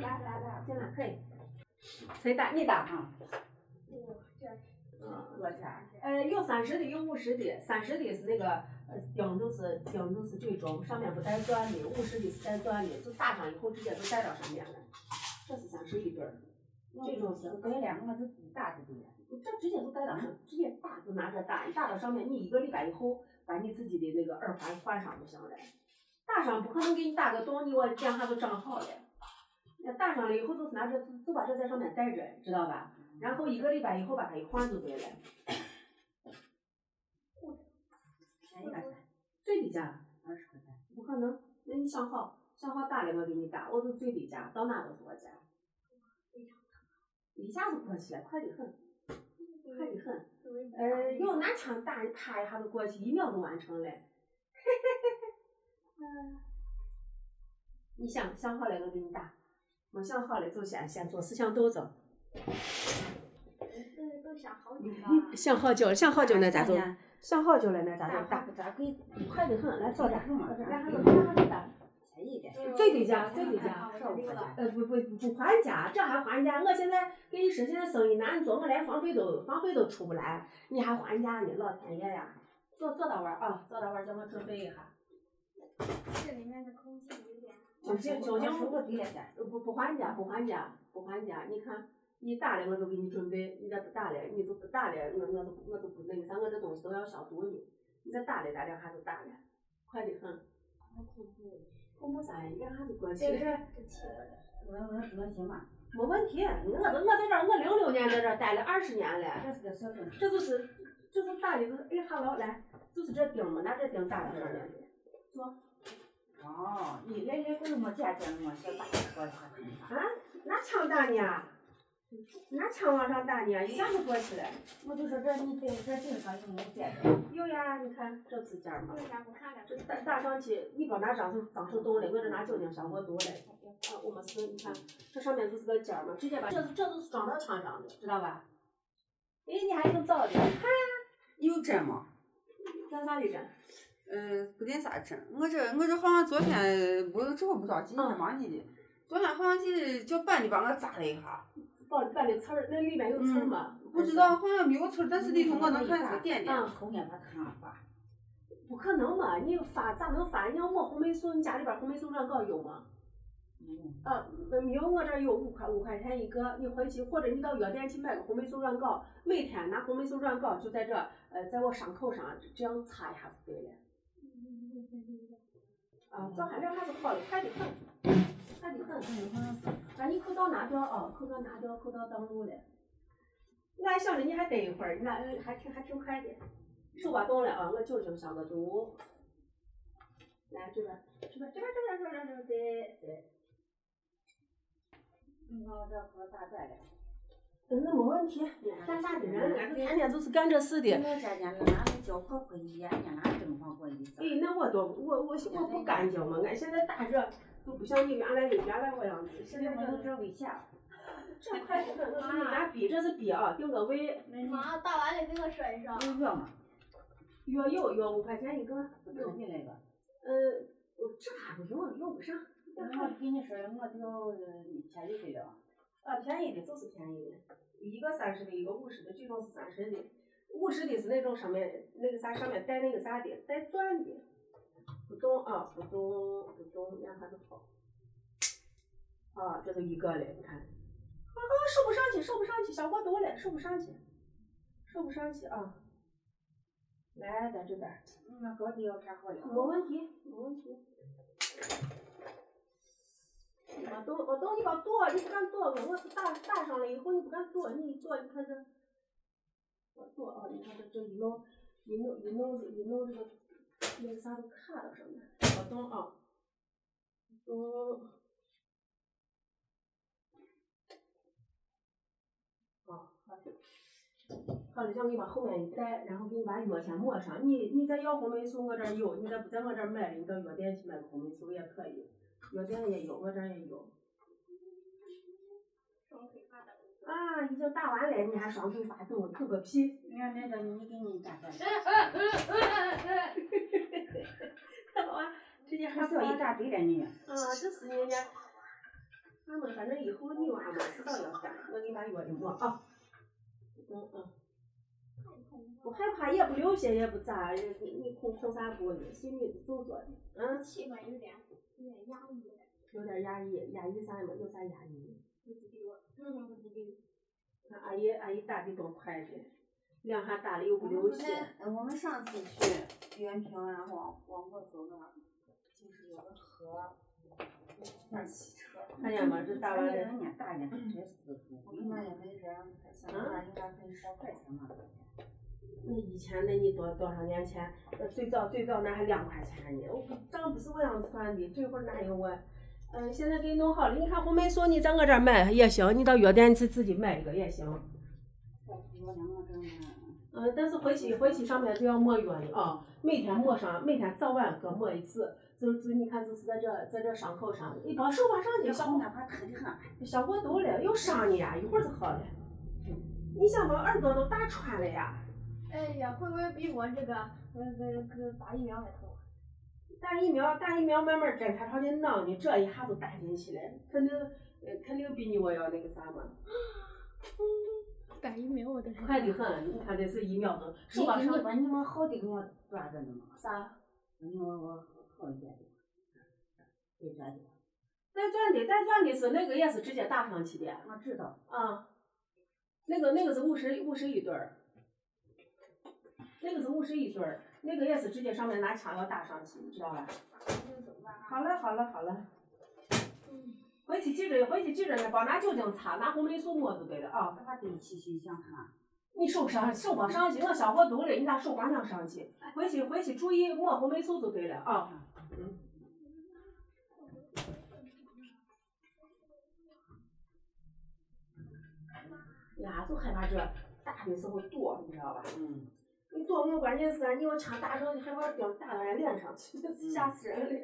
来来来，进来可以。谁打？你打哈。嗯，多少钱？呃，有三十的，有五十的。三十的是那个呃钉就是钉就是最重，上面不带钻的；五十的是带钻的，就打上以后直接就带到上面了。这是三十一对儿，这种是隔两个小时打的对。这直接就带到上，直接打就拿着打，打到上面，你一个礼拜以后把你自己的那个耳环换上就行了。打上不可能给你打个洞，你我这样下就长好了。那打上了以后就是拿着就就把这在上面戴着，知道吧？然后一个礼拜以后把它一换就 对了。便宜点噻，最低价二十块钱。不可能，那你想好想好打了我给你打，我是最低价，到哪都是我价。一下就过去了，快得很，快得很。呃，有拿枪打，啪一下就过去，一秒就完成了。 嗯你想想好了，我给你打；没想好了，就先先做思想斗争。都都想好久了。想好久，想好久了咱就打想好久了哎那咱打就打，咱可以快得很，来坐这儿，嗯然后然后打。便宜一点。最低价最低价啊我少这五块个了钱。呃，不不不还家，这还还家。我现在跟你说，现在生意难做，我连房费都房费都出不来，你还还家呢，老天爷呀！坐坐到玩儿啊，坐到玩儿，叫我准备一下。这里面的空气有点。小心小心，我低了点。呃不不还家，不还家，不还家。你看，你打了我都给你准备，你再不打了，你就不打了，我我都我都不那个啥，我这东西都要消毒呢。你再打了，咱俩还就打了，快得很。恐怖啥呀？一下就过去这了。是我我我行吧，没问题，啊我我在这儿，我零六年在这儿待了二十年了。这是个小东西。这就是，这是打的，就是哎哈喽，来，就是这钉嘛，拿这钉打的上面的。哦，你来来棍没见见我小打过来。拿枪打你啊？拿枪往上打你啊？一下就过去了。我就说这你这这顶上有没有见有呀，你看这指尖嘛，为啥不看看？这打打上去，你光拿张手张手动了，我这拿酒精消过毒了。啊，我没事，你看这上面就是个尖儿嘛，直接把这这就是装到枪上的，知道吧？哎，你还挺早的，有针吗？干啥的人？呃，不得啥针。我这我这好像昨天不这会不着急，嗯忙你的。昨天好像是叫班里把我扎了一下，把把的刺儿，那里面有刺儿吗？不嗯知道好像没有刺儿，但是里头我能看嗯出点点。嗯后面把看吧。不可能嘛！你发咋能发？你要抹红霉素，你家里边红霉素软膏有吗？嗯，啊，没有，我这儿有五块五块钱一个，你回去或者你到药店去买个红霉素软膏，每天拿红霉素软膏就在这呃，在我伤口上这样擦一下就对了。啊，早晚上还是好的，快得很，快得很。把你口罩拿掉啊，口罩拿掉，口罩挡路了。我还想着你还等一会儿，你那呃还挺还挺快的。手把动了啊，我酒精消个毒。来这边，这边，这边，这边，这边，这边，对对。你看我这可咋拽了？那没问题，干啥的人，俺天天就是干这事的。哎，我这年俺们交过过一年，俺正放过一次。那我都我我我不干净嘛，俺现在打这就不像你原来的原来我样子，现现在在我有这这危险。 这快这我给你拿笔，这是笔啊，定个位，那你妈，打完了给我说一声。有药吗？药有药五块钱一个，给你来吧。呃，这还不用，用不上，我跟你说，我呃就前几天了。啊，便宜的就是便宜的，一个三十的，一个五十的，这种是三十的，五十的是那种上面那个啥上面带那个啥的，带钻的，不动啊，不动不动，让它就好。啊，这都一个了，你看，啊，收不上去，收不上去，小过多了，收不上去，收不上去啊。来，咱这边儿，嗯那高低要看好了。没问题，没问题。我都我都你把剁，你不敢剁我，我打打上了以后你不敢剁，你一剁你看这，我剁啊，你看这这一弄一弄一弄一弄这个那个啥都卡到上面，我动啊，动。啊，好的好的，这样给你把后面一带，然后给你把药先抹上。你你再要红霉素，我这儿有；你再不在我这儿买了，你到药店去买个红霉素也可以，药店也有，我这儿也有。啊，已经打完了，你还双手发抖，抖个 屁！你看那个，啊你给你打算。嗯嗯嗯嗯嗯。好啊，这件还还不少一一大堆了呢。啊，这是人家，俺们反正以后女娃们迟早要干，我给你把药一抹啊。嗯嗯，不害怕，也不流血，也不咋，也你你恐恐啥不？心里是皱着的，嗯，气氛有点有点压抑了，有点压抑，压抑啥嘛？有啥压抑？不自律，嗯，不自律。那阿姨阿姨打的多快的，两下打的又不流血。呃我们上次去原平，然后往往过走那儿，就是有个河，那儿洗车，看见吗？这打完了，人家大人才死我们那儿也没人，想着那儿应该可以烧块钱嘛。那以前的你多多少年前，呃最早最早那还两块钱呢，我不账不是我样算的，这会儿哪有我？嗯，现在给你弄好了，你看红梅送你，咱搁这儿买也行，你到药店去自己买一个也行。我两个正呢，嗯，但是回去回去上面就要抹药的啊，每天抹上，每天早晚各抹一次，就就你看就是在这在这伤口上，你把手往上去，小小红哪怕疼的很，小过头了，又伤你呀，一会儿就好了。你想把耳朵都打穿了呀？哎呀，会不会比我这个呃呃呃打疫苗还痛？打疫苗，打疫苗慢慢检查他的囊，你这一下子打进去了，肯定，呃肯定比你我要那个啥嘛，打疫苗我的快得很。你看这是疫苗都你手往你上把你们好的给我抓着呢嘛，啥？你我我好一点的，给抓的，带钻的，带钻的是那个也是直接打上去的我知道，啊，那个那个是五十五十一对儿，那个是五十一对儿，那个也是直接上面拿枪要打上去，你知道吧？好了好了好了，回去记着回去记着呢，光拿酒精擦，拿红霉素抹就对了啊。他对起去想看，你手上手往上去，我小火毒了，你拿手往上上去，回去回去注意抹红霉素就对了啊。嗯。呀，就害怕这打的时候躲，你知道吧？嗯，你躲没有关键是啊，你用枪打上去，还把钉打到人脸上去，吓死人了。